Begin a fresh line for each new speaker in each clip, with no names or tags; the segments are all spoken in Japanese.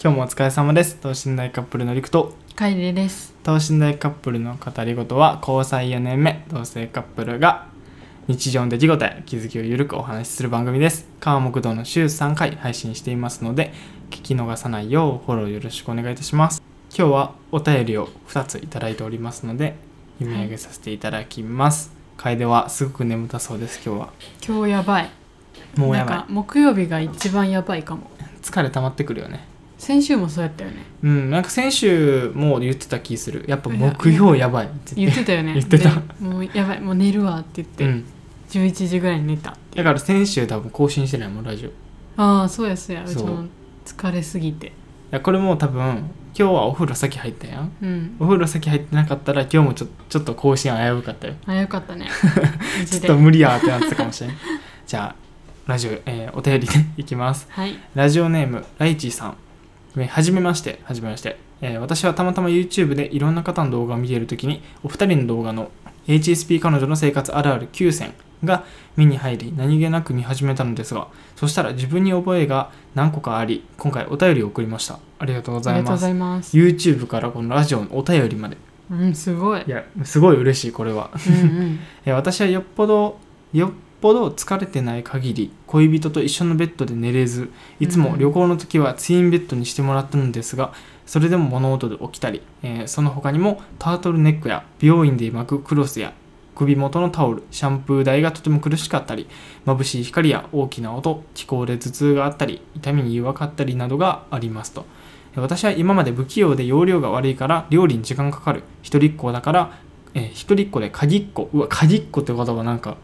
今日もお疲れ様です等身大カップルのりくと
カイレです
等身大カップルの語り事は交際4年目同性カップルが日常の出来事や気づきをゆるくお話しする番組です川木道の週3回配信していますので聞き逃さないようフォローよろしくお願いいたします今日はお便りを2ついただいておりますので読み上げさせていただきます、楓はすごく眠たそうです今日は
今日やばい
もうやば
なん
い
か木曜日が一番やばいかも
疲れ溜まってくるよね
先週もそうやったよね
うんなんか先週も言ってた気するやっぱ木曜やばいって
言ってたよね
言ってた
でもうやばいもう寝るわって言って、
うん
11時ぐらいに寝た
だから先週多分更新してないもんラジオい
ああそうやそうやう
そう
ちも疲れすぎて
やこれも多分今日はお風呂先入ったやん
うん
お風呂先入ってなかったら今日もちょちょっと更新危うかったよ
あよか ったねマ
ちょ
ジ
っ
で
と無理やってなってたかもしれんじゃあラジオ、えーお便りでいきます
はい
ラジオネームライチーさんえーはじめましてはじめまして、えー私はたまたま YouTube でいろんな方の動画を見ているときにお二人の動画の HSP 彼女の生活あるある9選が目に入り何気なく見始めたのですがそしたら自分に覚えが何個かあり今回お便りを送りましたありがとうご
あ
ざ
り
い
が
ま
とうご
す
ざいます。
YouTube からこのラジオのお便りまで
うん、すごい。
いやすごい嬉しいこれは
うんうん。
えー私はよっぽどよっぽど疲れてない限り恋人と一緒のベッドで寝れずいつも旅行の時はツインベッドにしてもらったのですがそれでも物音で起きたり、えーその他にもタートルネックや美容院で巻くクロスや首元のタオルシャンプー台がとても苦しかったり眩しい光や大きな音気候で頭痛があったり痛みに弱かったりなどがありますとえー私は今まで不器用で容量が悪いから料理に時間かかる一人っ子だからえー一人っ子で鍵っ子うわ鍵っ子って言葉なんか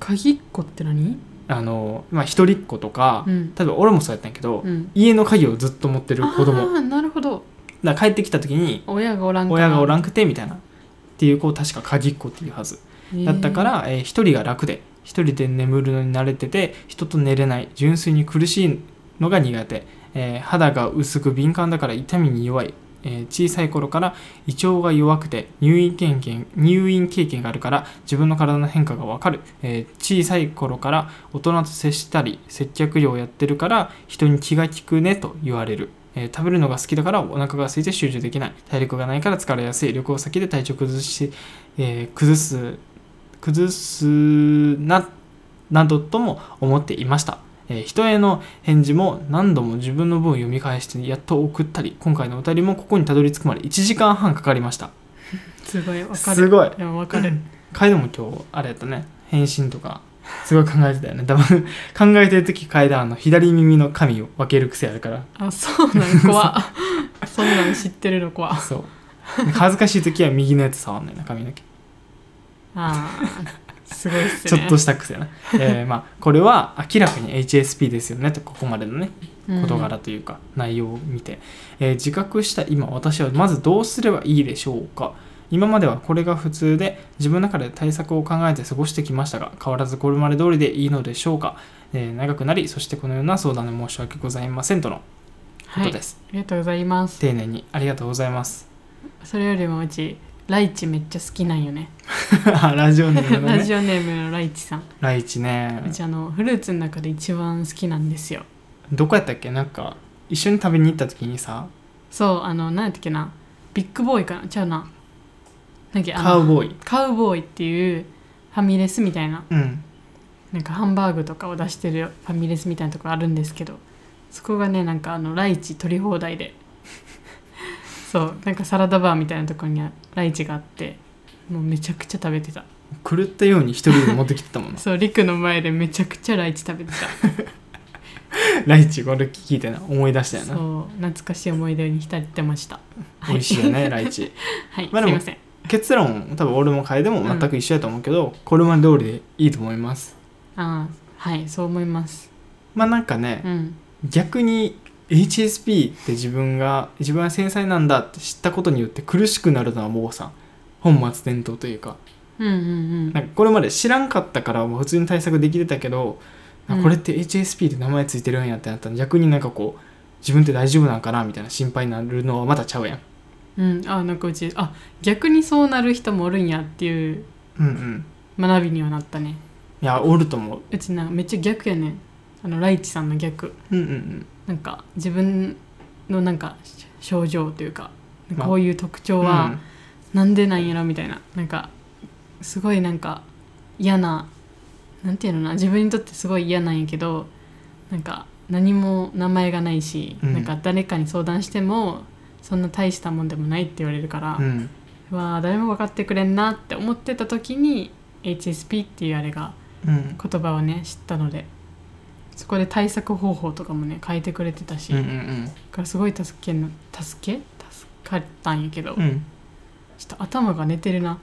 鍵っ子って何？
あのーまあ一人っ子とか、
うん。
例えば俺もそうやったんやけど、
うん。
家の鍵をずっと持ってる子供
ああ、なるほど。
だから帰ってきた時に
親がおらんから。
親がおらんくてみたいなっていう子を確か鍵っ子っていうはず
えー
だったか。ら、えー一人が楽で一人で眠るのに慣れてて人と寝れない純粋に苦しいのが苦手、えー肌が薄く敏感だから痛みに弱い、えー小さい頃から胃腸が弱くて入院経験入院経験があるから自分の体の変化がわかる、えー小さい頃から大人と接したり接客業をやってるから人に気が利くねと言われる。えー食べるのが好きだからお腹が空いて集中できない体力がないから疲れやすい旅行先で体調崩し、えー崩す崩すななどとも思っていました、えー人への返事も何度も自分の文を読み返してやっと送ったり今回のお便りもここにたどり着くまで1時間半かかりました
すごいわかる。
すごい
いやわかる。
楓も今日あれやったね返信とかすごい考えてたよね多分 考えてる時楓はあの左耳の髪を分ける癖あるから
あ、そうなん怖。 そんなん知ってるの怖。あ
そう恥ずかしい時は右のやつ触んないな髪の毛
あー、すごいっす
ちょ
ね。
っとした癖な、えーまあ、これは明らかに HSP ですよねとここまでのね
うん
事柄。というか内容を見て、えー自覚した今私はまずどうすればいいでしょうか今まではこれが普通で自分の中で対策を考えて過ごしてきましたが変わらずこれまで通りでいいのでしょうか、えー長くなりそしてこのような相談で申し訳ございませんとのこ
は
と
い。あ
です、
りがとうございます。
丁寧にありがとうございます
それよりもうちライチめっちゃ好きなんよね。
ラジオネームの
ラ
ね
ジオネームのライチさん。
ライチね
うちあのフルーツの中で一番好きなんですよ。
どこやったっけなんか一緒に食べに行った時にさ
そうあの何やったっけなビッグボーイかなちゃうな何やっけあ
カ
の
ウボーイ
カウボーイっていうファミレスみたいな
うん
なんかハンバーグとかを出してるファミレスみたいなところあるんですけどそこがねなんかあのライチ取り放題で そうなんかサラダバーみたいなところにライチがあってもうめちゃくちゃ食べてた
狂ったように一人で持ってきてた もんな
そうリクの前でめちゃくちゃライチ食べてた
ライチこれ聞いてな思い出したよな
そう懐かしい思い出に浸ってました
美味しいよ ね、ライチ
はい、
まあ
す
で
い
も
ません
結論多分俺も楓も全く一緒やと思うけど、これまで通りでいいと思います
あーはいそう思います
まあなんかね
う、ん
逆に HSP って自分が自分は繊細なんだって知ったことによって苦しくなるのはもうさ本末転倒というか
うんうんうん
なんかこれまで知らんかったからもう普通に対策できてたけど、あ
うん
これって HSP って名前ついてるんやってなったら逆になんかこう自分って大丈夫なんかなみたいな心配になるのはまたちゃうやん
うん、あなんかうちあ逆にそうなる人もおるんやっていう
うんうん
学びにはなったね
いやおると思う
うちなんかめっちゃ逆やねんあのライチさんの逆
うんうん
なんか自分のなんかし症状というかなんか
まあ
こういう特徴はなんでなんやろみたいななんかすごいなんか嫌ななんていうのかな自分にとってすごい嫌なんやけどなんか何も名前がないし、
うん
なんか誰かに相談してもそんな大したもんでもないって言われるから
う、ん
うわあ誰も分かってくれんなって思ってた時に HSP っていうあれが
うん
言葉をね知ったのでそこで対策方法とかもね変えてくれてたし、
うんう
だ
ん
からすごい助けの助け助かったんやけど、
う
ちょ
ん
っと頭が寝てるな
ま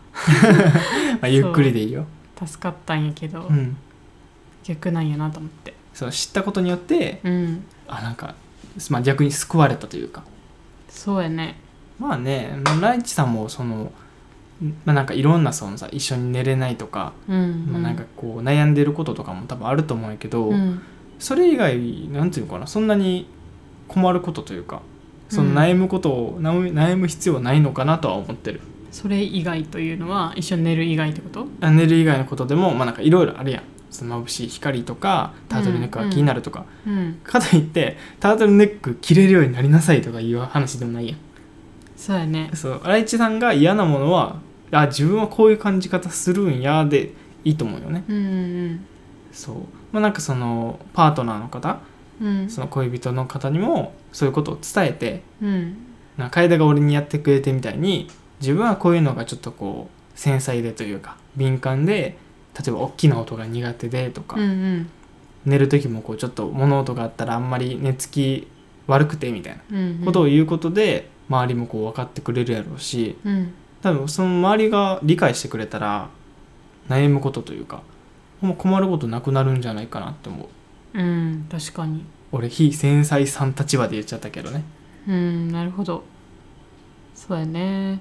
あゆっくりでいいよ
助かったんやけど、
うん
逆なんやなと思って
そう知ったことによって
うん
あなんか、まあ、逆に救われたというか
そうやね
まあねまあライチさんもそのまあなんかいろんなそのさ一緒に寝れないとか、
うん、
まあ、なんかこう悩んでることとかも多分あると思うんやけど、
うん
それ以外なんていうのかなそんなに困ることというかその悩むことを、悩む悩む必要はないのかなとは思ってる
それ以外というのは一緒に寝る以外ってこと
あ寝る以外のことでもまあなんかいろいろあるやんその眩しい光とかタートルネックが気になるとか、
うん
かといってタートルネック着れるようになりなさいとかいう話でもないやん
そうやね
そう新井一さんが嫌なものはあ自分はこういう感じ方するんやでいいと思うよね
うんうん
そうまあなんかそのパートナーの方
うん
その恋人の方にもそういうことを伝えて
うん
なんか楓が俺にやってくれてみたいに自分はこういうのがちょっとこう繊細でというか敏感で例えば大きな音が苦手でとか、
うんうん
寝る時もこうちょっと物音があったらあんまり寝つき悪くてみたい
うん
なことを言うことで周りもこう分かってくれるやろうし、
うん
多分その周りが理解してくれたら悩むことというかもう困ることなくなるんじゃないかなって思う
うん確かに
俺非繊細さん立場で言っちゃったけどね
うんなるほどそうやね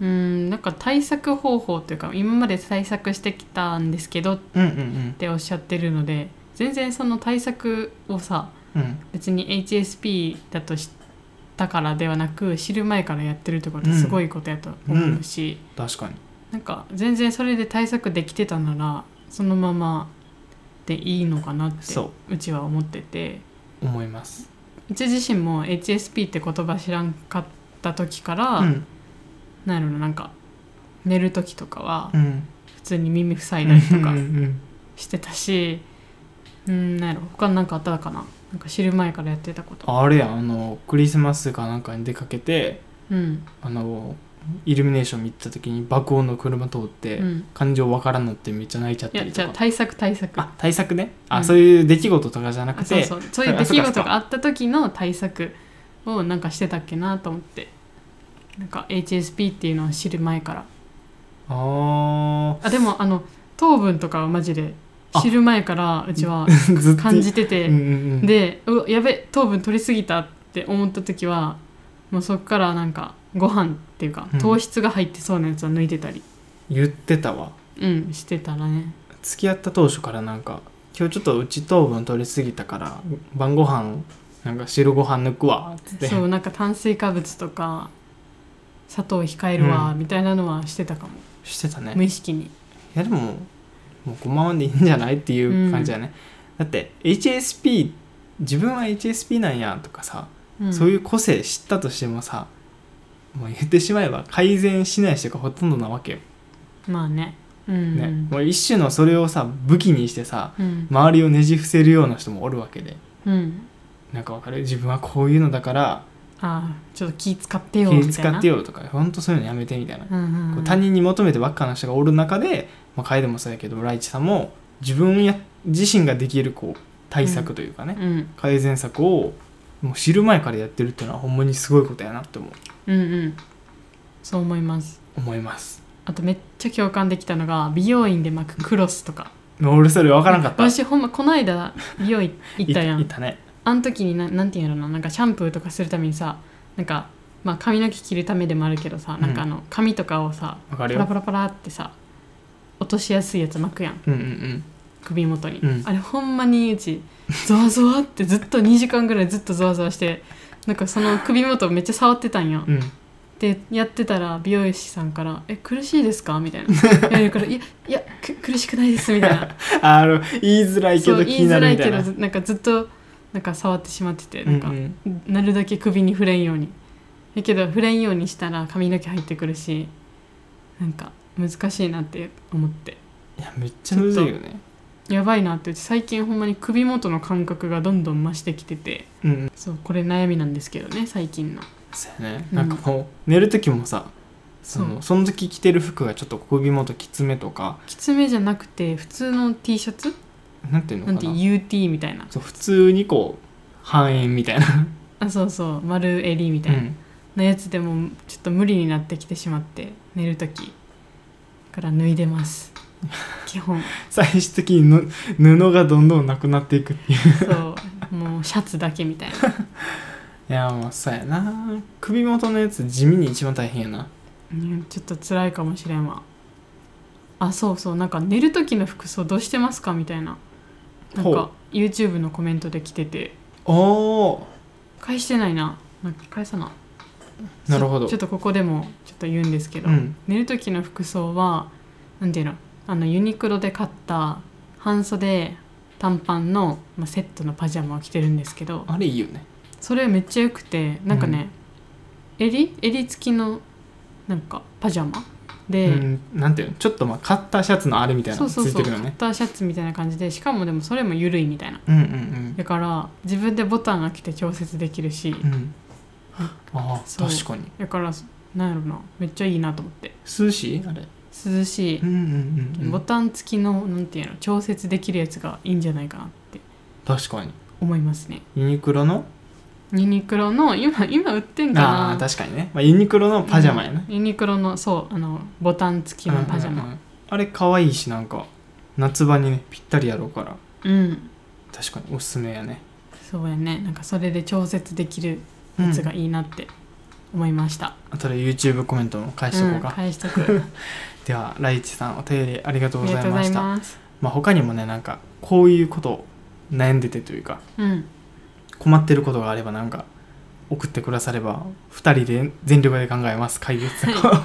うんなんか対策方法というか今まで対策してきたんですけどっ
うんうん
ておっしゃってるので全然その対策をさ
うんうん
別に HSP だと知ったからではなく知る前からやってるってことはすごいことやと思うし、
確かに
なんか全然それで対策できてたならそのままでいいのかなって
そう
ちは思ってて。
思います
うち自身も HSP って言葉知らんかった時から、
うん
なんやろななんか寝る時とかは
うん
普通に耳塞いだりと
う
か
んうん
してたしうんなんやろ他なんかあったかななんか知る前からやってたこと
あれやあのクリスマスかなんかに出かけて
うん
あのイルミネーション見てた時に爆音の車通っ
う
て、
ん
感情わからんのってめっちゃ泣いちゃっ
い
た
や
り
じ
と
ゃあ
か
対策対策
あ対策ねあ、
うん
そういう出来事とかじゃな
あ
く
そう
て
そうそういう出来事があった時の対策をなんかしてたっけなと思ってなんか HSP っていうのを知る前から
あ
あでもあの糖分とかはマジで知る前からうちは
ー ずっと
感じてて
うんうんうん、
でうわやべ糖分取りすぎたって思った時はもうそっからなんかご飯っていうか
うん
糖質が入ってそうなやつを抜いてたり、
言ってたわ
うんしてたらね
付き合った当初からなんか今日ちょっとうち糖分取りすぎたから晩ご飯なんか汁ご飯抜くわっつって
そうなんか炭水化物とか砂糖控えるわみたいなのはしてたかも、
してたね
無
い
意識に
やでももうごままでいいんじゃないっていう感じだね、だって HSP 自分は HSP なんやとかさ、そういうう個性知ったとしてもさもう言ってしまえば改善しない人がほとんどなわけよ、
まあねうん
ねもう一種のそれをさ武器にしてさ
うん
周りをねじ伏せるような人もおるわけで
うん
なんかわかる自分はこういうのだから
ああちょっと気使ってよみたい
気
な
使ってよとか本当そういうのやめてみたいな、
うんうん
こ
う、
うん他人に求めてばっかな人がおる中で、まあ、楓もそうやけどライチさんも自分や自身ができるこう対策というかね、
うん
改善策をもう知る前からやってるっていうのはほんまにすごいことやなって思う
うんうんそう思います
思います
あとめっちゃ共感できたのが美容院で巻くクロスとか
もう俺それ分からんかった
私ほんまこの間美容院行ったや
い
ん
たね
あん時にななんていうんやろななんかシャンプーとかするためにさなんかまあ髪の毛切るためでもあるけどさ、
うん
なんかあの髪とかをさ
分か
パ
る
ラ
よ
パラパラってさ落としやすいやつ巻くやん
うんうんうん
首元に、
うん
あれほんまにうちゾワゾワってずっと2時間ぐらいずっとゾワゾワしてなんかその首元めっちゃ触ってたんよ、
うん
でやってたら美容師さんから「え苦しいですか?」みたいな言われるから「いやいやく苦しくないです」みたいな
あの言いづらいけ
そ
ど
う
気
言い
にな
づ
る
ら
み
い
た
け
い
ど
な
ずなんかずっとなんか触ってしまっててなんか
う、ん
なるだけ首に触れんようにだけど触れんようにしたら髪の毛入ってくるしなんか難しいなって思って
いやめっちゃむずいよね
やばいなってうち最近ほんまに首元の感覚がどんどん増してきてて
うんうん
そうこれ悩みなんですけどね最近の
そうやね
うん
なんかこう寝る時もさそ
そ
の
う
その時着てる服がちょっと首元きつめとか
きつめじゃなくて普通の T シャツ
なんていう
な
の
ん
か
て
な
UT みたいな
そう普通にこう半円みたいな、
あそうそう丸襟みた
う
いな、
ん、
のやつでもちょっと無理になってきてしまって寝る時から脱いでます 基本
最終的にぬ布がどんどんなくなっていくっていう
そうもうシャツだけみたいない
やもうそうやな首元のやつ地味に一番大変やな
うんちょっと辛いかもしれんわあそうそうなんか寝る時の服装どうしてますかみたいななん
ほ
か
う
YouTube のコメントで来てて
おー
返してないななんか返さな
なるほど
ちょちょっとここでもちょっと言うんですけど、
うん
寝る時の服装はなんていうのあのユニクロで買った半袖短パンの、まあ、セットのパジャマを着てるんですけど
あれいいよね
それめっちゃ良くてなんかね、襟襟付きのなんかパジャマで、
うん、なんていうのちょっとまあカッターシャツのあれみたいな
そ
の
う
つ
そう
い
そ
て
う、
るよ
カッ
ね
ターシャツみたいな感じでしかもでもそれも緩いみたいな
うんうん
だから自分でボタンが来て調節できるし
うんうんああ
そう
確かに
だからなんやろなめっちゃいいなと思って
涼しいあれ
涼しい
うんうんうん、う
ボ
ん、
タン付きのなんていうの調節できるやつがいいんじゃないかなって
確かに
思いますね
ユニクロの
ユニクロの今今売ってんかな
ああ確かにね、まあ、ユニクロのパジャマやね、
ユニクロのそうあのボタン付きのパジャ
うんう
マ
んうんあれ可愛いしなんか夏場にねぴったりやろうから
うん、
確かにおすすめやね
そうやねなんかそれで調節できるやつがいいなって思いました、
あとで YouTube コメントも返しとこう
うん
か、
返しとく
ではライチさんお便りありがとう
あ
ご
り
ざい
がとうご
ま
ざ
し
い
たま
ます
あ他にもねなんかこういうことを悩んでてというか
うん
困ってることがあればなんか送ってくだされば2人で全力で考えます解決策を よ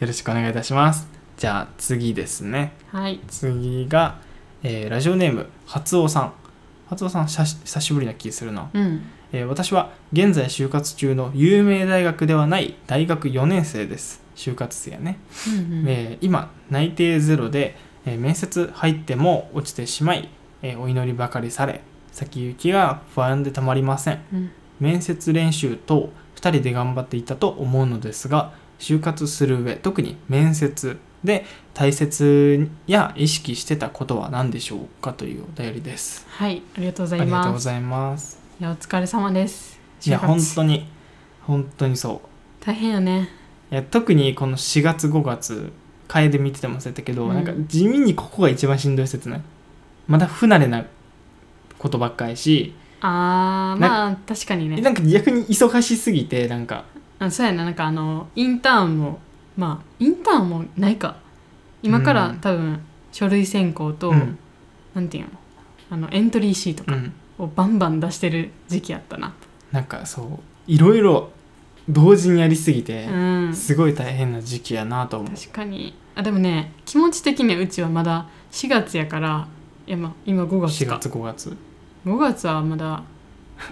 ろしくお願いいたしますじゃあ次ですね
はい
次が、えーラジオネーム初尾さん初尾さん久し久しぶりな気するな
うん
えー私は現在就活中の有名大学ではない大学4年生です就活生やね、
うんうん
えー今内定ゼロで、えー面接入っても落ちてしまい、えーお祈りばかりされ先行きが不安でたまりません
うん
面接練習と2人で頑張っていたと思うのですが就活する上特に面接で大切や意識してたことは何でしょうかというお便りです
はいありがとうご
あ
ざい
りがとう
ま
ご
す
ざいます
いやお疲れ様です
いや
就活
本当に本当にそう
大変よね
いや特にこの4月5月楓で見ててもそうやったけど、
うん
なんか地味にここが一番しんどい説ないまだ不慣れなことばっかりし、
あーまあ確かにね
なんか逆に忙しすぎてなんか
あそうやななんかあのインターンもまあインターンもないか今か
う
ら
ん
多分書類選考と、
うん
なんていうのあのエントリーシート
うん
をバンバン出してる時期やったな、
なんかそういろいろ同時にやりすぎて、
うん
すごい大変な時期やなと思う
確かにあでもね気持ち的にはうちはまだ4月やからいや、まあ、今5月
4
か
月5月
5月はまだ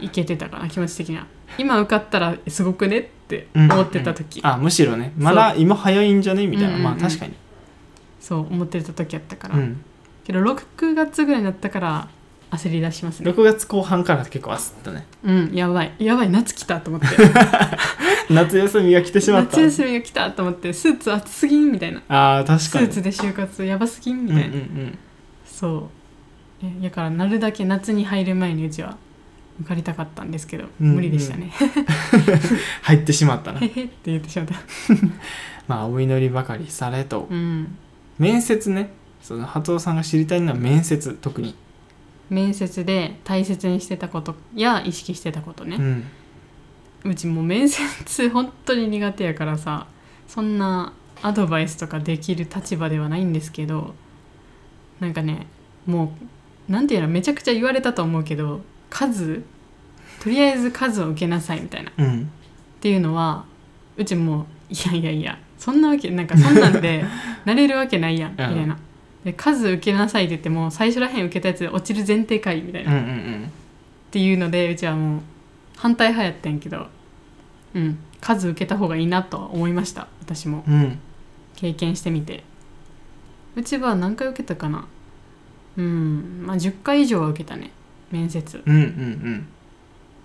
いけてたかな気持ち的には今受かったらすごくねって思ってた時、
あむしろねまだ今早いんじゃねみたいな、
うんうん
まあ
うん
確かに、
そう思ってた時やったから、
うん、
けど6月ぐらいになったから焦り出しますね
6月後半から結構焦ったね
うんやばいやばい夏来たと思って
夏休みが来て しまった
夏休みが来たと思ってスーツ暑すぎんみたいな
あー確
ス
かに
ーツで就活やばすぎんみ
うん
た
うん
いな、
うん
そうえだからなるだけ夏に入る前にうちは受かりたかったんですけど、
うん
無理でしたね
入ってしまったな
へへって言ってしまった
まあお祈りばかりされと
うん
面接ねその初尾さんが知りたいのは面接特に、
面接で大切にしてたことや意識してたこと
う
ね、
ん、
うちもう面接本当に苦手やからさそんなアドバイスとかできる立場ではないんですけどなんかねもうなんていうのめちゃくちゃ言われたと思うけど数とりあえず数を受けなさいみたいなっ
うん、
ていうのはうちもういやいやいやそんなわけなんかそんなんでなれるわけないやんみたいな。で数受けなさいって言っても最初らへん受けたやつで落ちる前提かいみたい
うんうん
な
うん
っていうのでうちはもう反対派やったんやけどうん数受けた方がいいなとは思いました私も
うん
経験してみてうちは何回受けたかなうんまあ10回以上は受けたね面接
うんうん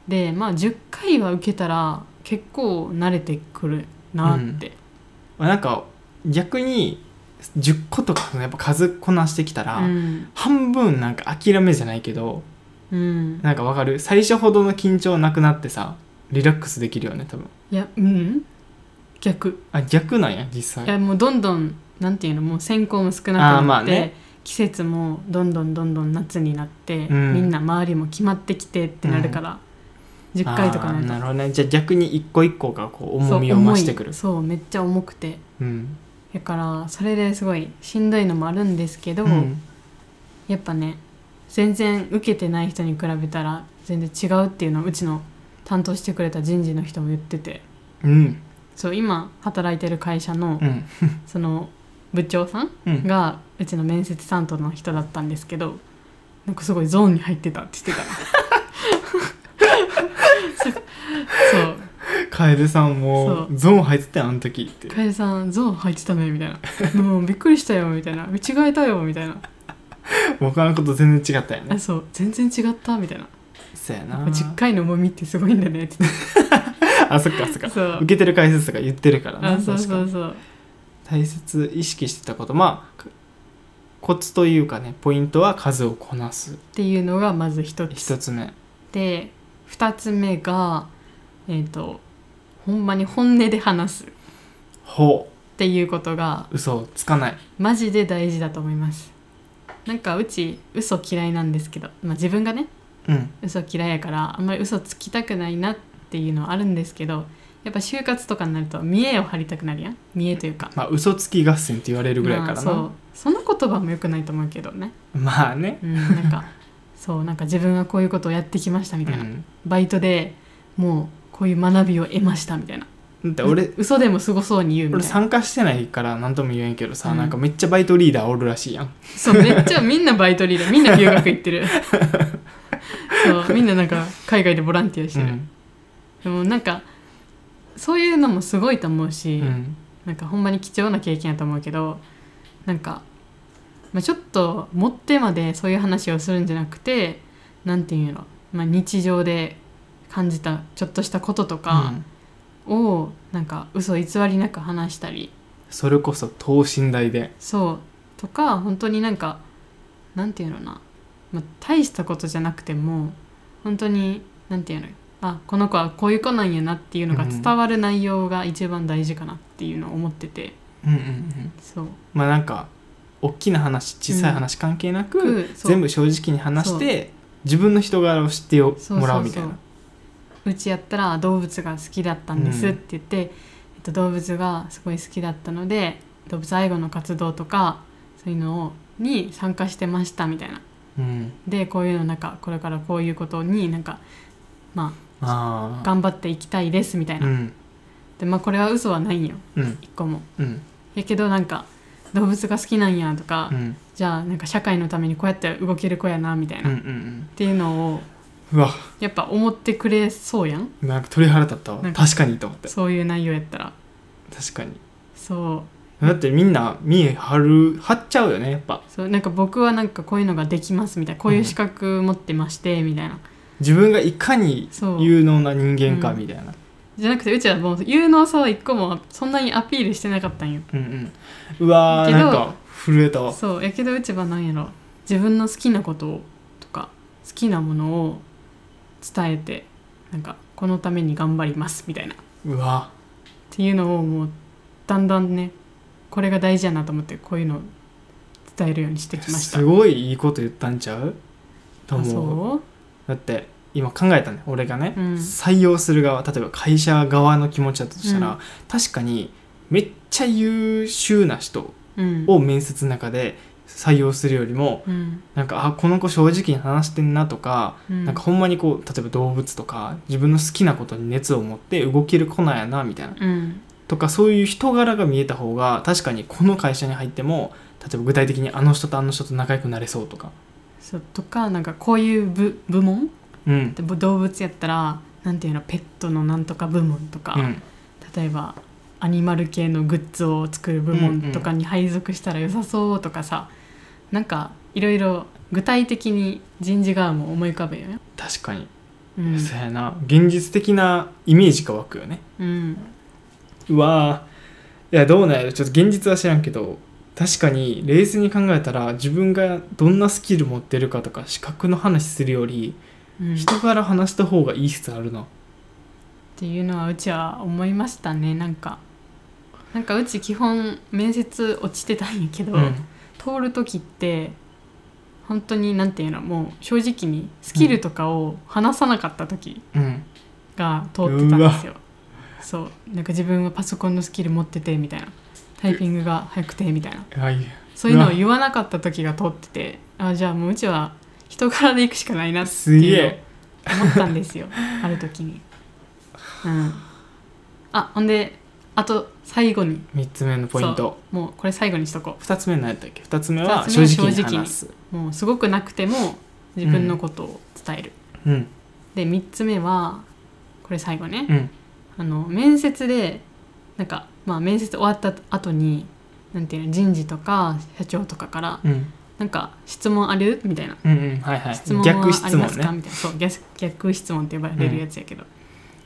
でまあ10回は受けたら結構慣れてくるなって、
うんなんか逆に10個とかやっぱ数こなしてきたら、
うん
半分なんか諦めじゃないけど
うん、
なんかわかる最初ほどの緊張なくなってさリラックスできるよね多分
いやうん逆
あ逆なんや実
いや
際
もうどんどんなんていうのもう選考も少
あ
な
ー
く
ま
な
あ
って、
ね
季節もどんどんどんどん夏になって、
うん
みんな周りも決まってきてってなるから、10回と
あ
か
ー
な
な
る
るほどねじゃあ逆に一個一個がこう
と
重みを
そう
増してく
重
る
いそうめっちゃ重くて
うん
だからそれですごいしんどいのもあるんですけど、
うん
やっぱね全然受けてない人に比べたら全然違うっていうのをうちの担当してくれた人事の人も言ってて
うん
そう今働いてる会社の
うん
その部長さん
うん
がうちの面接担当の人だったんですけどなんかすごいゾーンに入ってたって言って たそう
楓さんも
そう
ゾーン入ってたよあの時って
楓さんゾーン入ってたねみたいなもうびっくりしたよみたいな見違えたよみたいな
他のこと全然違ったよ
あ
ね
そう全然違ったみたいな
そうやな
10回の重みってすごいんだねって言って
あそっかそっか
た そう
受けてる解説とか言ってるからな
あそう
確か
そ
に
うそう
大切意識してたことまあコツというかねポイントは数をこなす
っていうのがまず一つ
一つ目
で二つ目がえっ、とほんまに本音で話すっ
ほ
ていうことが
う嘘をつかない
マジで大事だと思いますなんかうち嘘嫌いなんですけど、まあ、自分がね
うん
嘘嫌いやからあんまり嘘つきたくないなっていうのはあるんですけどやっぱ就活とかになると見栄を張りたくなるやん見栄というか
まあ嘘つき合戦って言われるぐらいからな、
まあそうその言葉も良くないと思うけどね、
まあね
うん、なんか そうなんか自分がこういうことをやってきましたみ
う
たいな、
ん
バイトでもうこういう学びを得ましたみたいな
だって俺
嘘でもすごそうに言うみ
俺
たいな
参加してないから何とも言えんけどさ、
うん
なんかめっちゃバイトリーダーおるらしいやん
そうめっちゃみんなバイトリーダーみんな留学行っ てるそうみんななんか海外でボランティアしてる、でもなんかそういうのもすごいと思う
う
し、
ん
なんかほんまに貴重な経験やと思うけどなんか、まあ、ちょっと持ってまでそういう話をするんじゃなくてなんていうの、まあ、日常で感じたちょっとしたことと
う
か
ん
を、なんか嘘偽りなく話したり
それこそ等身大で
そうとか本当になんかなんていうのかな、まあ、大したことじゃなくても本当になんていうのあこの子はこういう子なんやなっていうのが伝わる内容が一番大事かなっていうのを思ってて、
うんうんうん
そう
まあなんか大きな話小さい話関係なく、
くそう
全部正直に話して自分の人柄を知ってよ
そうそうそう
もらうみたいな
うちやったら動物が好きだったんです
う
っ
ん
て言って、えっと、動物がすごい好きだったので動物愛護の活動とかそういうのをに参加してましたみたいな
うん
でこういうのなんかこれからこういうことになんかまあ
ああ
頑張っていきたいですみたいな、
うん
でまあこれは嘘はないんよ
うん
一個も
うん
やけどなんか動物が好きなんやとか、
うん
じゃあなんか社会のためにこうやって動ける子やなみたい
うんう
な、っ
ん
ていうのを
うわ
やっぱ思ってくれそうやん
なんか鳥肌立ったわ
なんか
確かにと思って
そういう内容やったら
確かに
そう
だってみんな見え張る張っちゃうよねやっぱ
そうなんか僕はなんかこういうのができますみたいなこういう資格持ってましてみたいな、
自分がいかに
そう
有能な人間か
うん
みたいな
じゃなくてうちはもう有能さは一個もそんなにアピールしてなかったんよ
うんうんうわー
けど
なんか震えたわ
そうやけどうちはなんやろ自分の好きなことをとか好きなものを伝えてなんかこのために頑張りますみたいなっ
うわ
ていうのをもうだんだんねこれが大事やなと思ってこういうのを伝えるようにしてきました
すごいいいこと言ったんちゃうと
あ
思う
そう
だって今考えたね俺がね、
うん
採用する側例えば会社側の気持ちだとしたら、
うん
確かにめっちゃ優秀な人
うん
を面接の中で採用するよりも
うん
なんかあこの子正直に話してんなとか、
うん
なんかほんまにこう例えば動物とか自分の好きなことに熱を持って動ける子なんやなみたいな
うん
とかそういう人柄が見えた方が確かにこの会社に入っても例えば具体的にあの人とあの人と仲良くなれそうとか
そうとかなんかこういう部部門
うん
でぼ動物やったらなんていうのペットのなんとか部門とか、
うん
例えばアニマル系のグッズを作る部門とかに配属したら良さそうとかさ、なんかいろいろ具体的に人事側も思い浮かべよね。
確かに、
うん
そうやな現実的なイメージが湧くよね
うん
うわーいやどうなんやろちょっと現実は知らんけど確かに冷静に考えたら自分がどんなスキル持ってるかとか資格の話するより
うん、っ
人から話した方がいい説あるな
ていうのはうちは思いましたねなんかなんかうち基本面接落ちてたんやけど、通る時って本当になんていうのもう正直にスキルとかを話さなかった時
うん
が通ってたんですよそうなんか自分はパソコンのスキル持っててみたいなタイピングが早くてみたいな
はい
そういうのを言わなかった時が通っててあじゃあもううちは人からで行くしかないなって
すげ
いう
え
のを思ったんで すよある時にうんあほんであと最後に
3つ目のポイント
もうこれ最後にしとこ
2つ目何やったっけ2つ目
二
は
つ
正
目は
直
正直
に
に
話す
うもうすごくなくても自分のことを伝える、
うん
で3つ目はこれ最後ね、
うん
あの面接でなんか、まあ、面接終わった後になんていうの人事とか社長とかから
うん
なんか質問あるみたいな
うんうんはいはい
質問はあり
逆
ます
質問
か、
ね
みたいなそう逆逆質問って呼ばれるやつやけど、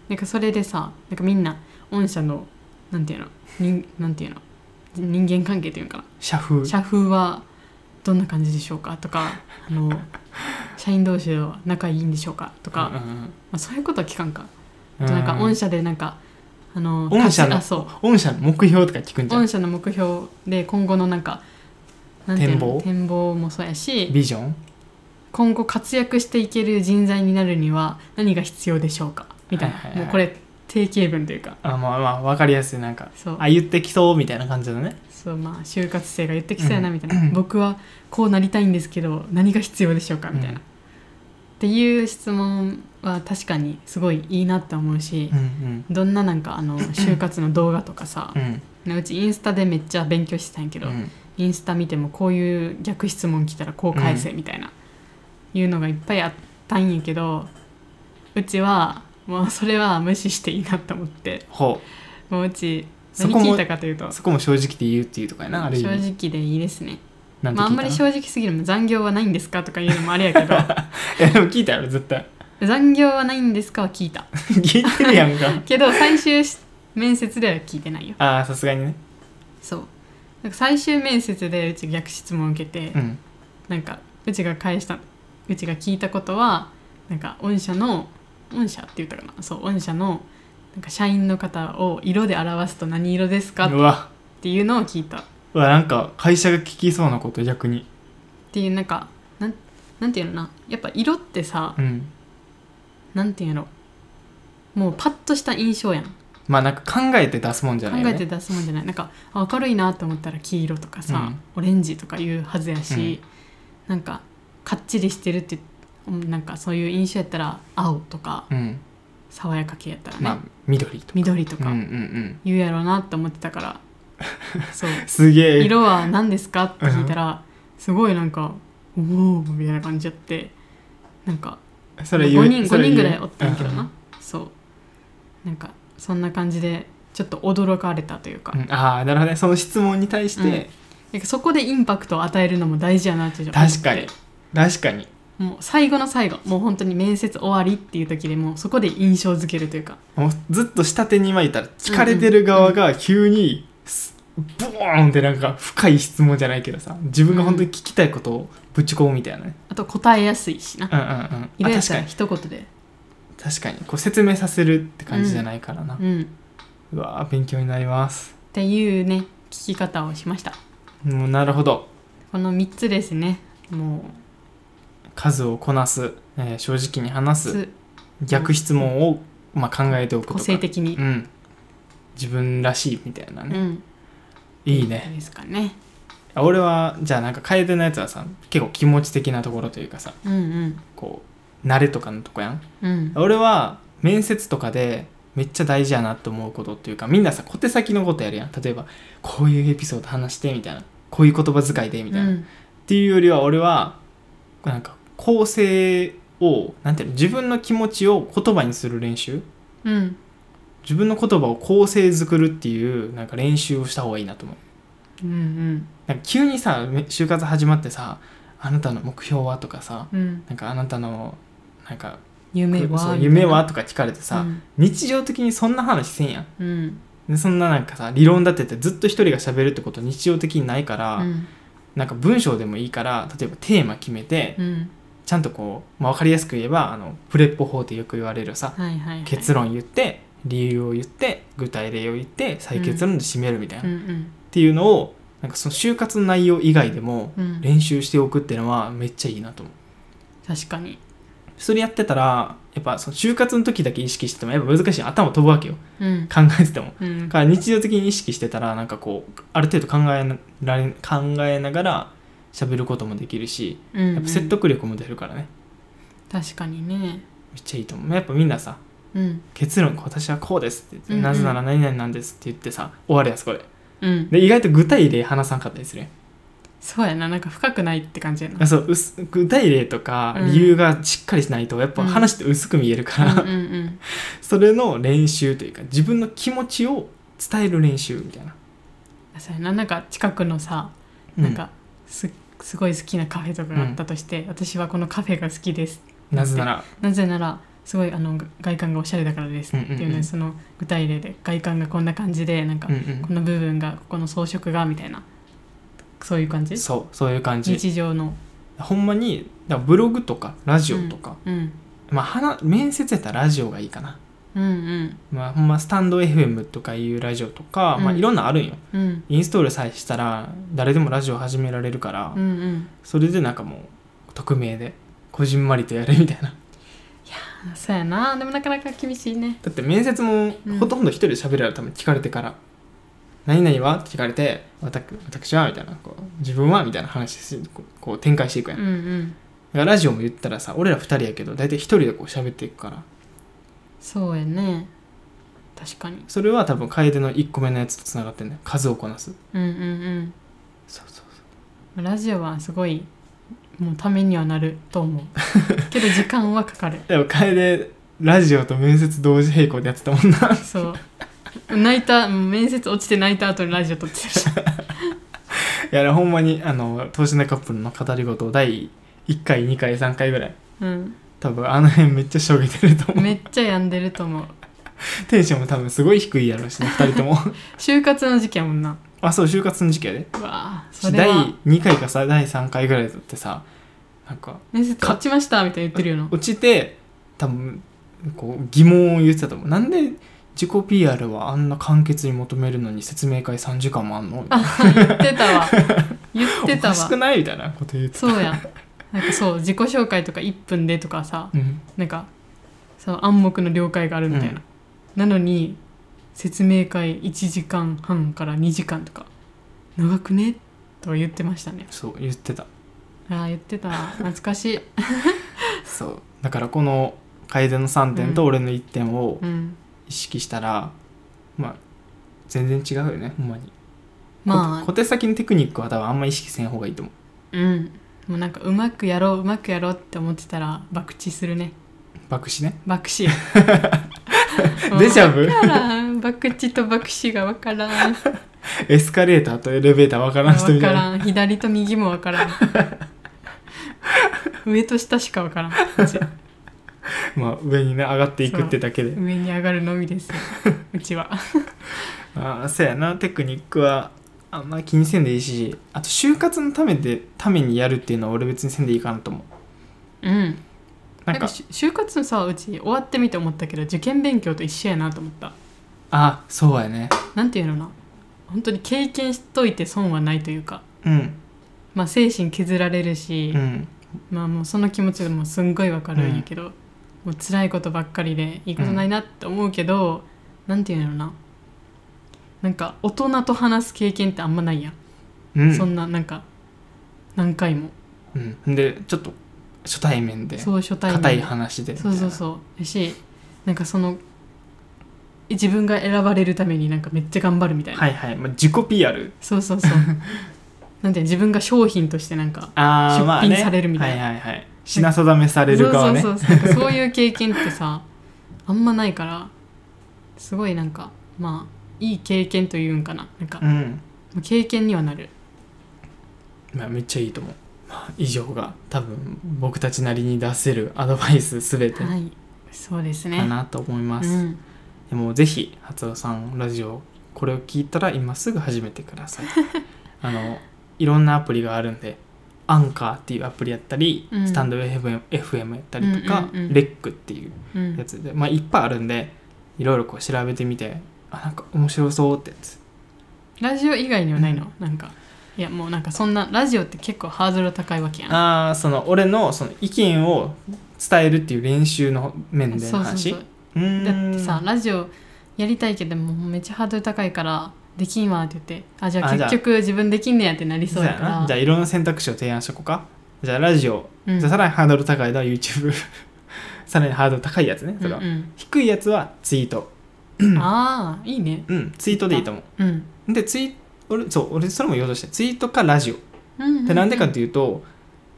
なんかそれでさなんかみんな御社のなんていうの人なんていうの人間関係っていうのか
社風
な社風はどんな感じでしょうかとかあの社員同士は仲いいんでしょうかとか、まあ、そういうことは聞かんか
う
あ
ん
となんか御社でなんかあの
御社の
あそう
御社の目標とか聞くんじゃん
御社の目標で今後のなんかなんていうの
展望
展望もそうやし
ビジョン
今後活躍していける人材になるには何が必要でしょうかみたいな、
はいはいはい
もうこれ定型文というか
あまあまあ分かりやすいなんか
そう
あ言ってきそうみたいな感じだね
そう、まあ、就活生が言ってきそうやなみたいな、僕はこうなりたいんですけど何が必要でしょうかみたいな、
うん
っていう質問は確かにすごいいいなって思うし
う、ん
どんななんかあの就活の動画とかさ
う、ん
うちインスタでめっちゃ勉強してたんやけ
う
ど、
ん
インスタ見てもこういう逆質問来たらこう返せみたいな、いうのがいっぱいあったんやけどうちはもうそれは無視していいなと思って
ほ
もううち
そ
何
こも
聞いたかというと
うそこも正直で言うっていうとかやなある意
正
味
直でいいですね
なんて
まあ、あんま
聞
り
いた
正直すぎるのも残業はないんですかとかいうのもあれやけ ど
いやでも聞いたやろ絶対
残業はないんですかは聞いた
聞いてるやん か
けど最終し面接では聞いてないよ
ああさすがにね
そうなんか最終面接でうち逆質問を受けて、
うん
なんかうちが返したうちが聞いたことはなんか御社の御社って言ったかなそう御社のなんか社員の方を色で表すと何色ですか
う
っ
わ
ていうのを聞いたっ
うわなんか会社が聞きそうなこと逆に
ていうなんかなんなんていうのなやっぱ色ってさ
うん
なんていうのもうパッとした印象やん考
まあなんか考えて出すもんじゃないよ
え
ね
て出すもんじゃないなんかあ明るいなと思ったら黄色とかさ、オレンジとかいうはずやし、なんかかっちりしてるってうんなんかそういう印象やったら青とか
うん
爽やか系やったらね、
まあ緑と
緑と
うんうんう
か
ん
言うやろうなって思ってた から、そう
すげえ
色は何ですかって聞いたら、すごいなんか「おお」みたいな感じやってなんか
それ言う
5人
そ
5
れ言
人
う
ぐらいおったんやけど
う
なそうなんかそんな感じでちょっと驚かれたというか,、
うんああなるほどねその質問に対して
なんかそこでインパクトを与えるのも大事やなって思って
確かに確かに
もう最後の最後もう本当に面接終わりっていう時でもうそこで印象付けるというか
もうずっと下手に巻いたら疲れてる側が急にすボーンってなんか深い質問じゃないけどさ自分が本当に聞きたいことをぶち込むみたいなね
あと答えやすいしな
うんうんうん
色
あ
やっ
確
た
からに
一言で
確かにこう説明させるって感じじゃないからな、
うんっ
うわー勉強になります
ていうね聞き方をしました
もうなるほど
この3つですねも
数をこなす、えー正直に
う
話す
つ
逆質問を、まあ、考えておくと
個
か
性的に
うん、自分らしいみたいな
う
ね、
ん
いいね
ですかね
あ俺はじゃあなんか楓のやつはさ結構気持ち的なところというかさ
うんうん
こう慣れとかのとこやん
うん
俺は面接とかでめっちゃ大事やなと思うことっていうかみんなさ小手先のことやるやん例えばこういうエピソード話してみたいなこういう言葉遣いでみたいな、
う
っ
ん
ていうよりは俺はなんか構成をなんていうの自分の気持ちを言葉にする練習
うん
自分の言葉を構成作るっていうなんか練習をした方がいいなと思う
うん
なんか急にさめ就活始まってさ「あなたの目標は?」とかさ
うんうん
「なんかあなたのなんか
夢
くそ
は
う夢は?」とか聞かれてさ、
うん
日常的にそんな話せんやん
うん
でそんななんかさ理論立ててずっと一人が喋るってこと日常的にないから、
うん
なんか文章でもいいから例えばテーマ決めて
うん
ちゃんとこう、まあ、分かりやすく言えばあのプレッポ法ってよく言われるさ
はいはいはい
結論言って理由を言って具体例を言って再結論で締めるみたいな、
う
っ
ん
ていうのをなんかその就活の内容以外でも
うんうん
練習しておくっていうのはめっちゃいいなと思う
確かに
それやってたらやっぱその就活の時だけ意識しててもやっぱ難しい頭飛ぶわけよ
うん
考えてても
う
だ
ん
から日常的に意識してたらなんかこうある程度考えなられ考えながら喋ることもできるし
うん
やっぱ説得力も出るからね
確かにね
めっちゃいいと思うやっぱみんなさ
うん
結論私はこうですって言って、
うんうん
なぜなら何々なんですって言ってさ終わるやつこれ
うん
で意外と具体例話さんかったりするやん
そうやななんか深くないって感じやな
あそう薄具体例とか
うん
理由がしっかりしないとやっぱ話って薄く見えるから、
うんうんうん
それの練習というか自分の気持ちを伝える練習みたいな、
あそうやななんか近くのさ
う
なんかすすごい好きなカフェとかがあったとして、私はこのカフェが好きです
なぜなら
なぜならすごいあの外観がおしゃれだからですっていうね、
うんうんうん
その具体例で外観がこんな感じでなんか
うんうん
この部分がここの装飾がみたいなそういう感じ
そうそういう感じ
日常の
ほんまにだからブログとかラジオとか、
うん
まあ話面接やったらラジオがいいかな
うんうん
まあほんまスタンド FM とかいうラジオとか、まあ
うん
いろんなあるんよ
うん
インストールさえしたら誰でもラジオ始められるから、
うんうん
それでなんかもう匿名でこじんまりとやるみたいな
あそうやなでもなかなか厳しいね
だって面接も
うん
ほとんど一人で喋るために聞かれてから「何々は?」って聞かれて「わた私は?」みたいなこう「自分は?」みたいな話しこうこう展開していく
う
やん、
んうん
だからラジオも言ったらさ俺ら二人やけど大体一人でこう喋っていくから
そうやね確かに
それは多分楓の1個目のやつとつながってんね数をこなす
うんうん
そうそうそ
うんラジオはすごいもうためにはなると思うけど時間はかかる
うでも楓ラジオと面接同時並行でやってたもんな
そう泣いた面接落ちて泣いた後にラジオ撮ってる
いやほんまにあの投資のカップルの語り事を第1回2回3回ぐらい
うん
多分あの辺めっちゃしょげてると思う
めっちゃ病んでると思う
テンションも多分すごい低いやろうしね2人とも
就活の時期やもんな
あそう就活の時期やで
うわあそ
第
れは
2回かさ第3回ぐらいだってさなんか
面接落ちましたみたいな言ってるよな
落ちて多分こう疑問を言ってたと思うなんで自己 PR はあんな簡潔に求めるのに説明会3時間もあんのみたいな
言ってたわ言ってた
おかしく
わ
ないみたいなこと言って
そうやなんかそう自己紹介とか1分でとかさ
うん
なんかその暗黙の了解があるみたいな、なのに説明会1時間半から2時間とか長くねと言ってましたね
そう言ってた
ああ言ってた懐かしい
そうだからこの楓の3点と俺の1点を
うん
意識したら、まあ全然違うよねほんまに、
まあ
こ小手先のテクニックは多分あんま意識せん方がいいと思
うんもうなんかうまくやろううまくやろうって思ってたら博打するね
う爆死ね
爆 死
デジャブ
わからん博打と爆死がわからんわ
エスカレーターとエレベーター分からん人みた
か
いな
らん左と右もわから ん上と下しかわからん
まあ上にね上がっていくってだけで
上に上がるのみ ですうちは
ああそうやなテクニックはあんま気にせんでいいしあと就活のためでためにやるっていうのは俺別にせんでいいかなと思う
うん
な
なんん
か
かし就活さうち終わってみて思ったけど受験勉強と一緒やなと思った
あそうやね
なんていうのかな本当に経験しといて損はないというか
うん
まあ精神削られるし、
うん
まあもうその気持ちでもすんごいわかるんやけど、もう辛いことばっかりでいいことないなって思うけど、なんていうのななんか大人と話す経験ってあんまないやん、
うん
そんななんか何回も
うんでちょっと初対面で
そう初対面
硬い話でみた
そ
いうな
そうそうやしなんかその自分が選ばれるためになんかめっちゃ頑張るみたいな、
はいはい、まあ、自己 PR
そ うそうそうなんていうの自分が商品としてなんか
あー
出品されるみたいな
はいはいはい品定めされる側ね
そうそうそうそうなんかそういう経験ってさあんまないからすごいなんかまあいい経験というんかななんか
うん、
経験にはなる
まあ、めっちゃいいと思う、まあ、以上が多分僕たちなりに出せるアドバイスすべて
はいそうですね
かなと思います、
うん、
でもぜひ初尾さんラジオこれを聞いたら今すぐ始めてく ださいあのいろんなアプリがあるんでアンカーっていうアプリやったり、
うん
スタンド FM, FM やったりとか、
うんうんうん
レックっていう
うん
やつで、まあ、いっぱいあるんでいろいろこう調べてみてあなんか面白そうってやつ
ラジオ以外にはないのなんかいやもうなんかそんなラジオって結構ハードル高いわけやん
ああその俺のその意見を伝えるっていう練習の面での
そうそう
話
そうう
ーん
だってさラジオやりたいけどもうめっちゃハードル高いからできんわって言ってあじゃあ
あじゃあ
結局自分できんねやってなり
そ
そう
う
や
や
か
な
ら
じゃあいろんな選択肢を提案しとこうかじゃあラジオ
うん
じゃあさらにハードル高いのは YouTube さらにハードル高いやつねそれは、
うん
低いやつはツイート
うん、ああいいね
うんツイートでいいと思
うん
うでツイ俺そう俺それも言おうとしてツイートかラジオ
うん
でなんでかっていうと、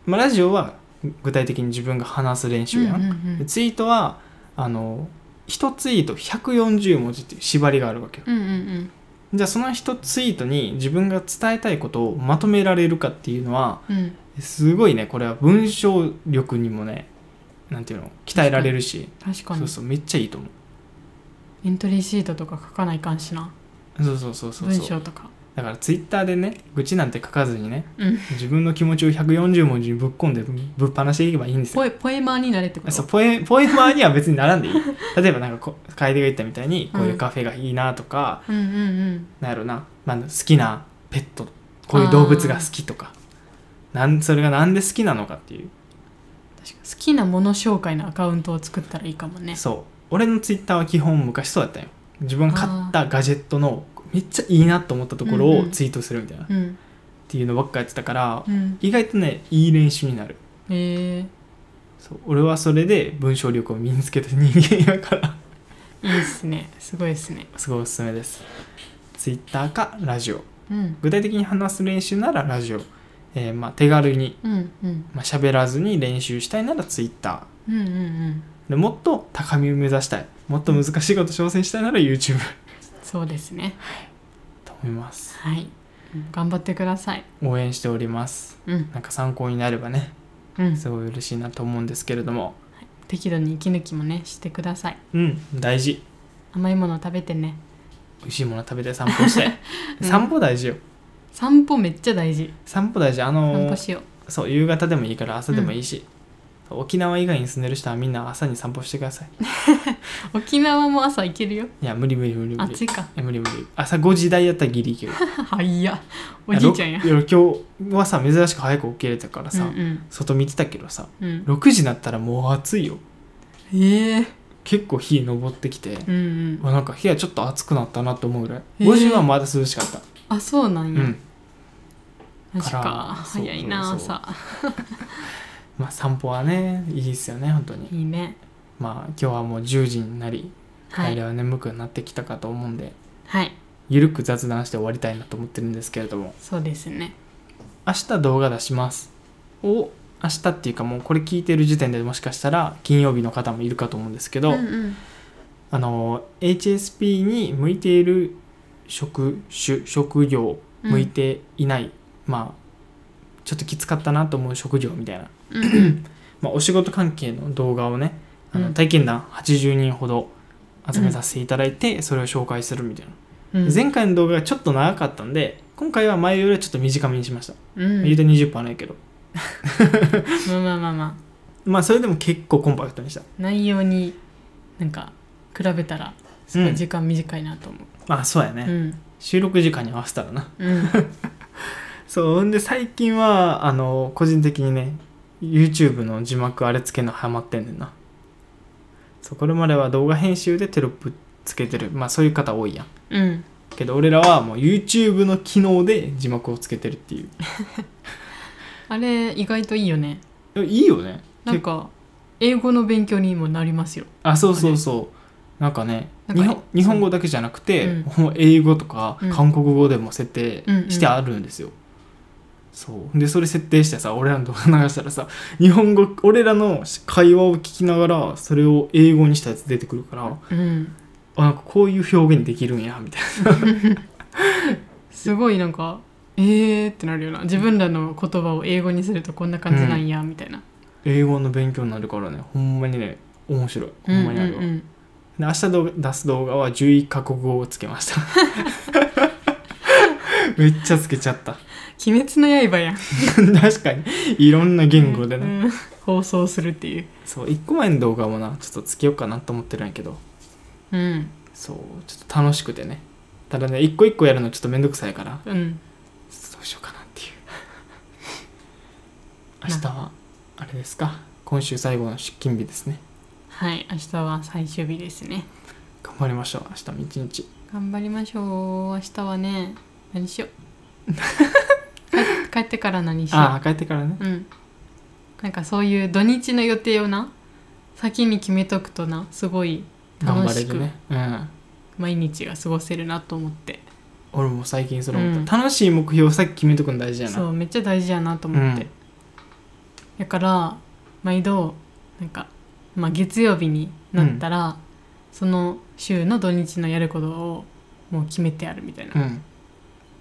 まあ、ラジオは具体的に自分が話す練習やん、
うんうんうん
でツイートはあの1ツイート140文字っていう縛りがあるわけよ
うんうん
じゃあその1ツイートに自分が伝えたいことをまとめられるかっていうのは
うんうん
すごいねこれは文章力にもねなんていうの鍛えられるし
確か
そう
に
そうめっちゃいいと思
エントリーシートとか書かないかんしな
うそうそうそうそう
文
そう
章とか
だからツイッターでね愚痴なんて書かずにね
うん
自分の気持ちを140文字にぶっ込んでぶっ放していけばいいんですよ
ポエポエマーになれってこと
そうポエポエマーには別に並んでい い例えばなんかこ楓が言ったみたいにこういうカフェがいいなとか、
うんうんうん
なんやろな、まあ、好きなペットこういう動物が好きとかなんそれがなんで好きなのかっていう、
確かに好きなもの紹介のアカウントを作ったらいいかもね
そう俺のツイッターは基本昔そうだったよ自分が買ったガジェットのめっちゃいいなと思ったところ
うん
を
うん
ツイートするみたいな、っ
うん
ていうのばっかやってたから
うん
意外とねいい練習になる
え
そう俺はそれで文章力を身につけた人間やから
ー、いいっすねすごいっすね
すごいおすすめですツイッターかラジオ
うん
具体的に話す練習ならラジオ、えーまあ、手軽に、
うんうん
まあ喋らずに練習したいならツイッタ
うんうんうん
ーでもっと高みを目指したいもっと難しいこと挑戦したいなら YouTube
そうですね
と思います
はいうん頑張ってください
応援しております
うん
なんか参考になればね
うん
すごい嬉しいなと思うんですけれども
適度に息抜きもねしてください
うん大事
甘いもの食べてね
美味しいもの食べて散歩して 散歩大事よ
散歩めっちゃ大事
散歩大事あ
散
の
歩
ー
しよう
そう夕方でもいいから朝でもいいし、沖縄以外に住んでる人はみんな朝に散歩してください
沖縄も朝行けるよ
いや無理無理無理無理
暑いか
え無理無理朝5時台やったらギリいける
はいや おじいちゃんや
いろ今日はさ珍しく早く起きれたからさ、
うんうん
外見てたけどさ
うん、
6時になったらもう暑いよ
ええ
結構日昇ってきて、
うんうん
あなんか部屋ちょっと暑くなったなと思うぐらい
へー
5時はまだ涼しかった、
あそうなんや、
うん
マジ
から
か
そう
早いな
そうそう
朝
まあ散歩はねいいですよね本当に
いいね
まあ今日はもう10時になり
は
帰り
い
は眠くなってきたかと思うんで、
はい
ゆるく雑談して終わりたいなと思ってるんですけれども
そうですね
明日動画出しますお明日っていうかもうこれ聞いてる時点でもしかしたら金曜日の方もいるかと思うんですけど、
うんうん
あの HSP に向いている職種職業
うん
向いていない、まあちょっときつかったなと思う職業みたいな、まあ、お仕事関係の動画をねあ
う
の
ん
体験談80人ほど集めさせていただいて、それを紹介するみたいな、
うん
前回の動画がちょっと長かったんで今回は前よりはちょっと短めにしました、
うん
言うて20分ないけど
まあまあまあまあ
まあそれでも結構コンパクトにした
内容になんか比べたらすごい時間短いなと思う
まあそうやね、
うん
収録時間に合わせたらな
うん
そうほんで最近はあの個人的にね YouTube の字幕あれつけるのハマってんねんなそうこれまでは動画編集でテロップつけてるまあそういう方多いやん
うん
けど俺らはもう YouTube の機能で字幕をつけてるってい
あれ意外といいよね
ういいよね
なんか英語の勉強にもなりますよ
あそうそうそうなんかね
なんか
日本日本語だけじゃなくて、
うん
もう英語とか
うん
韓国語でも設定してあるんですよ、そうでそれ設定してさ俺らの動画流したらさ日本語俺らの会話を聞きながらそれを英語にしたやつ出てくるから
うん、
あなんかこういう表現できるんやみたい
すごいなんかえーってなるよな自分らの言葉を英語にするとこんな感じなんや、みたいな
な英語の勉強になるからねほんまにね面白いほんまにあるわ、
うんうんうん
で明日動画出す動画は11カ国語をつけま しためっちゃつけちゃった
鬼滅の刃やん
確かにいろんな言語でね、
うん放送するっていう
そう1個前の動画もなちょっとつけようかなと思ってるんやけど
うん
そうちょっと楽しくてねただね一個一個やるのちょっとめんどくさいから
うん
どうしようかなっていう 明日はあれですか今週最後の出勤日ですね
はい明日は最終日ですね
頑張りましょう明日も一日
頑張りましょう明日はね何しよう 帰帰ってから何しよう
ああ帰ってからね
うん、なんかそういう土日の予定をな先に決めとくとなすごい
頑
楽
張れ
しく
るねうん
毎日が過ごせるなと思って
俺も最近それ思った、
う
楽しい目標をさっき決めとくの大事やな
そうめっちゃ大事やなと思って、
うん
だから毎度なんか、まあ、月曜日になったら、その週の土日のやることをもう決めてあるみたいな
うん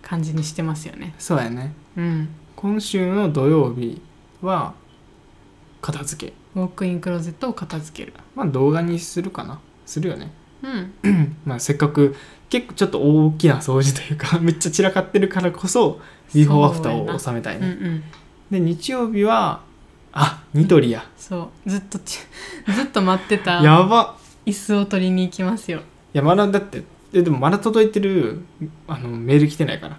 感じにしてますよね
そうやね
うん
今週の土曜日は片付け
ウォークインクローゼットを片付ける
まあ動画にするかなするよね
うん
まあせっかく結構ちょっと大きな掃除というか めっちゃ散らかってるからこそビフォーアフターを収めたい
うんう
ね
ん
で日曜日はあニトリや、
そうずっとちずっと待ってた
やば
椅子を取りに行きますよ
いやまだだってえでもまだ届いてるあのメール来てないから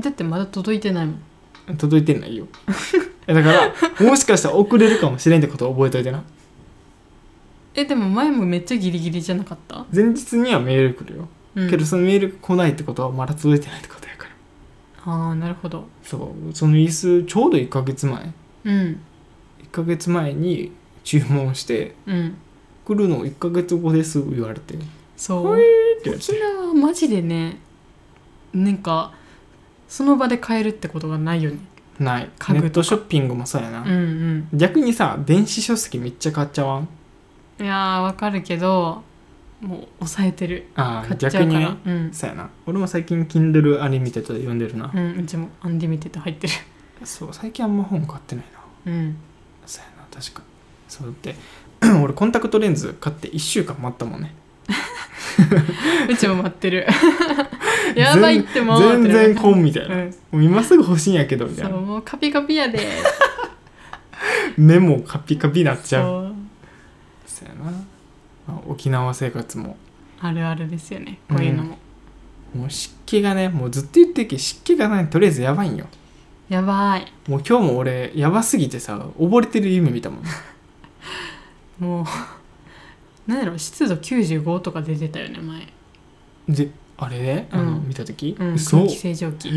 だってまだ届いてないもん
届いてない よえだからもしかしたら遅れるかもしれんってことを覚えといてな
えでも前もめっちゃギリギリじゃなかった、
前日にはメール来るよ、
うん、
けどそのメール来ないってことはまだ届いてないってことやから
ああなるほど
そうその椅子ちょうど1ヶ月前
うん
1ヶ月前に注文して
うん
来るの1ヶ月後です言われて
そう
ほいって言われ
沖
て
縄はマジでねなんかその場で買えるってことがないよね
ない
家具
ネ
とか
ットショッピングもそうやな、
うん
逆にさ電子書籍めっちゃ買っちゃわん
うんいやーわかるけどもう抑えてる
あ
買
あ
っちゃう
逆
から
にな
うん、
そうやな俺も最近 Kindle アニメテッドで読んでるな、
うん、うちもアンディミテッド入ってる
そう最近あんま本買ってないな
うん
そうやな確かそうだって 俺コンタクトレンズ買って1週間待ったもんね
うちも待って るやばいってもう
全然
こ
こんみたいな、
うん、
もう今すぐ欲しいんやけどみた
そ
いうな
もうカピカピやで
目もカピカピなっちゃう
そう
そうやな、まあ沖縄生活も
あるあるですよねこういうのも、
もう湿気がねもうずっと言ってるけど湿気がないとりあえずやばいんよ
やばい
もう今日も俺やばすぎてさ溺れてる夢見たもん
もう何やろ湿度95とか出てたよね前
であれねあの、
うん
見た時、
うん
そう
空気清浄機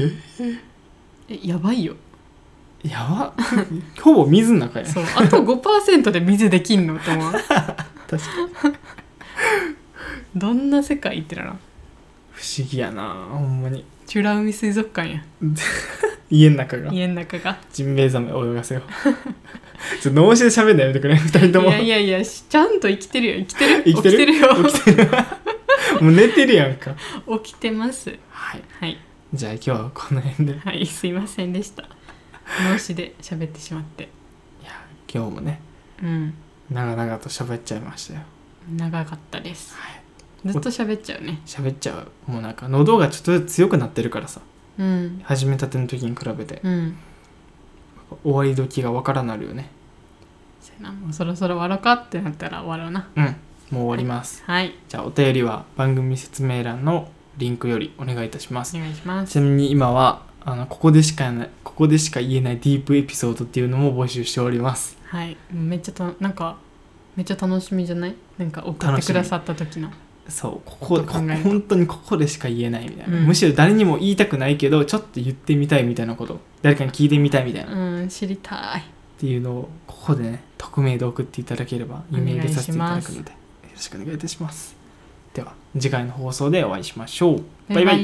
えやばいよ
やば ほぼ水の中や
そうあと5%で水できんのって思う確かにどんな世界ってなら
不思議やなほんまに
美ら海水族館や
家の中が
家の中が
ジンベエザメ泳がせよ うちょっと脳死で喋んのやめてくれ二人
い
とも
やいやいやしちゃんと生きてるよ生きてる
生きてる
よ
もう寝てるやんか
起きてます
はい
はい
じゃあ今日はこの辺でい
はいすいませんでした脳死で喋ってしまって
や今日もね
うん
長々と喋っちゃいましたよ
長かったです
はい
ずっと喋っちゃうね
喋っちゃうもうなんか喉がちょっとずつ強くなってるからさ
うん
始めたての時に比べて
うん
終わり時がわからなるよね
せやなもうそろそろ終わろうかってなったら終わろうな
うんもう終わります
はい
じゃあお便りは番組説明欄のリンクよりお願いいたします
お願いします
ちなみに今はあのここでしかなここでしか言えないディープエピソードっていうのも募集しております
はいめっちゃたなんかめっちゃ楽しみじゃないなんか送っ
楽
て
し
く
み
ださった時の
そうこ
ち
こ
ょっと考える
ここ本当にここでしか言えないみたいな、
うん
むしろ誰にも言いたくないけどちょっと言ってみたいみたいなこと誰かに聞いてみたいみたいな、っ
うん知りたい
ていうのをここでね匿名で送っていただければ
お願い
夢入れさせていただくのでよろしくお願いいたしますでは次回の放送でお会いしましょうバイバイ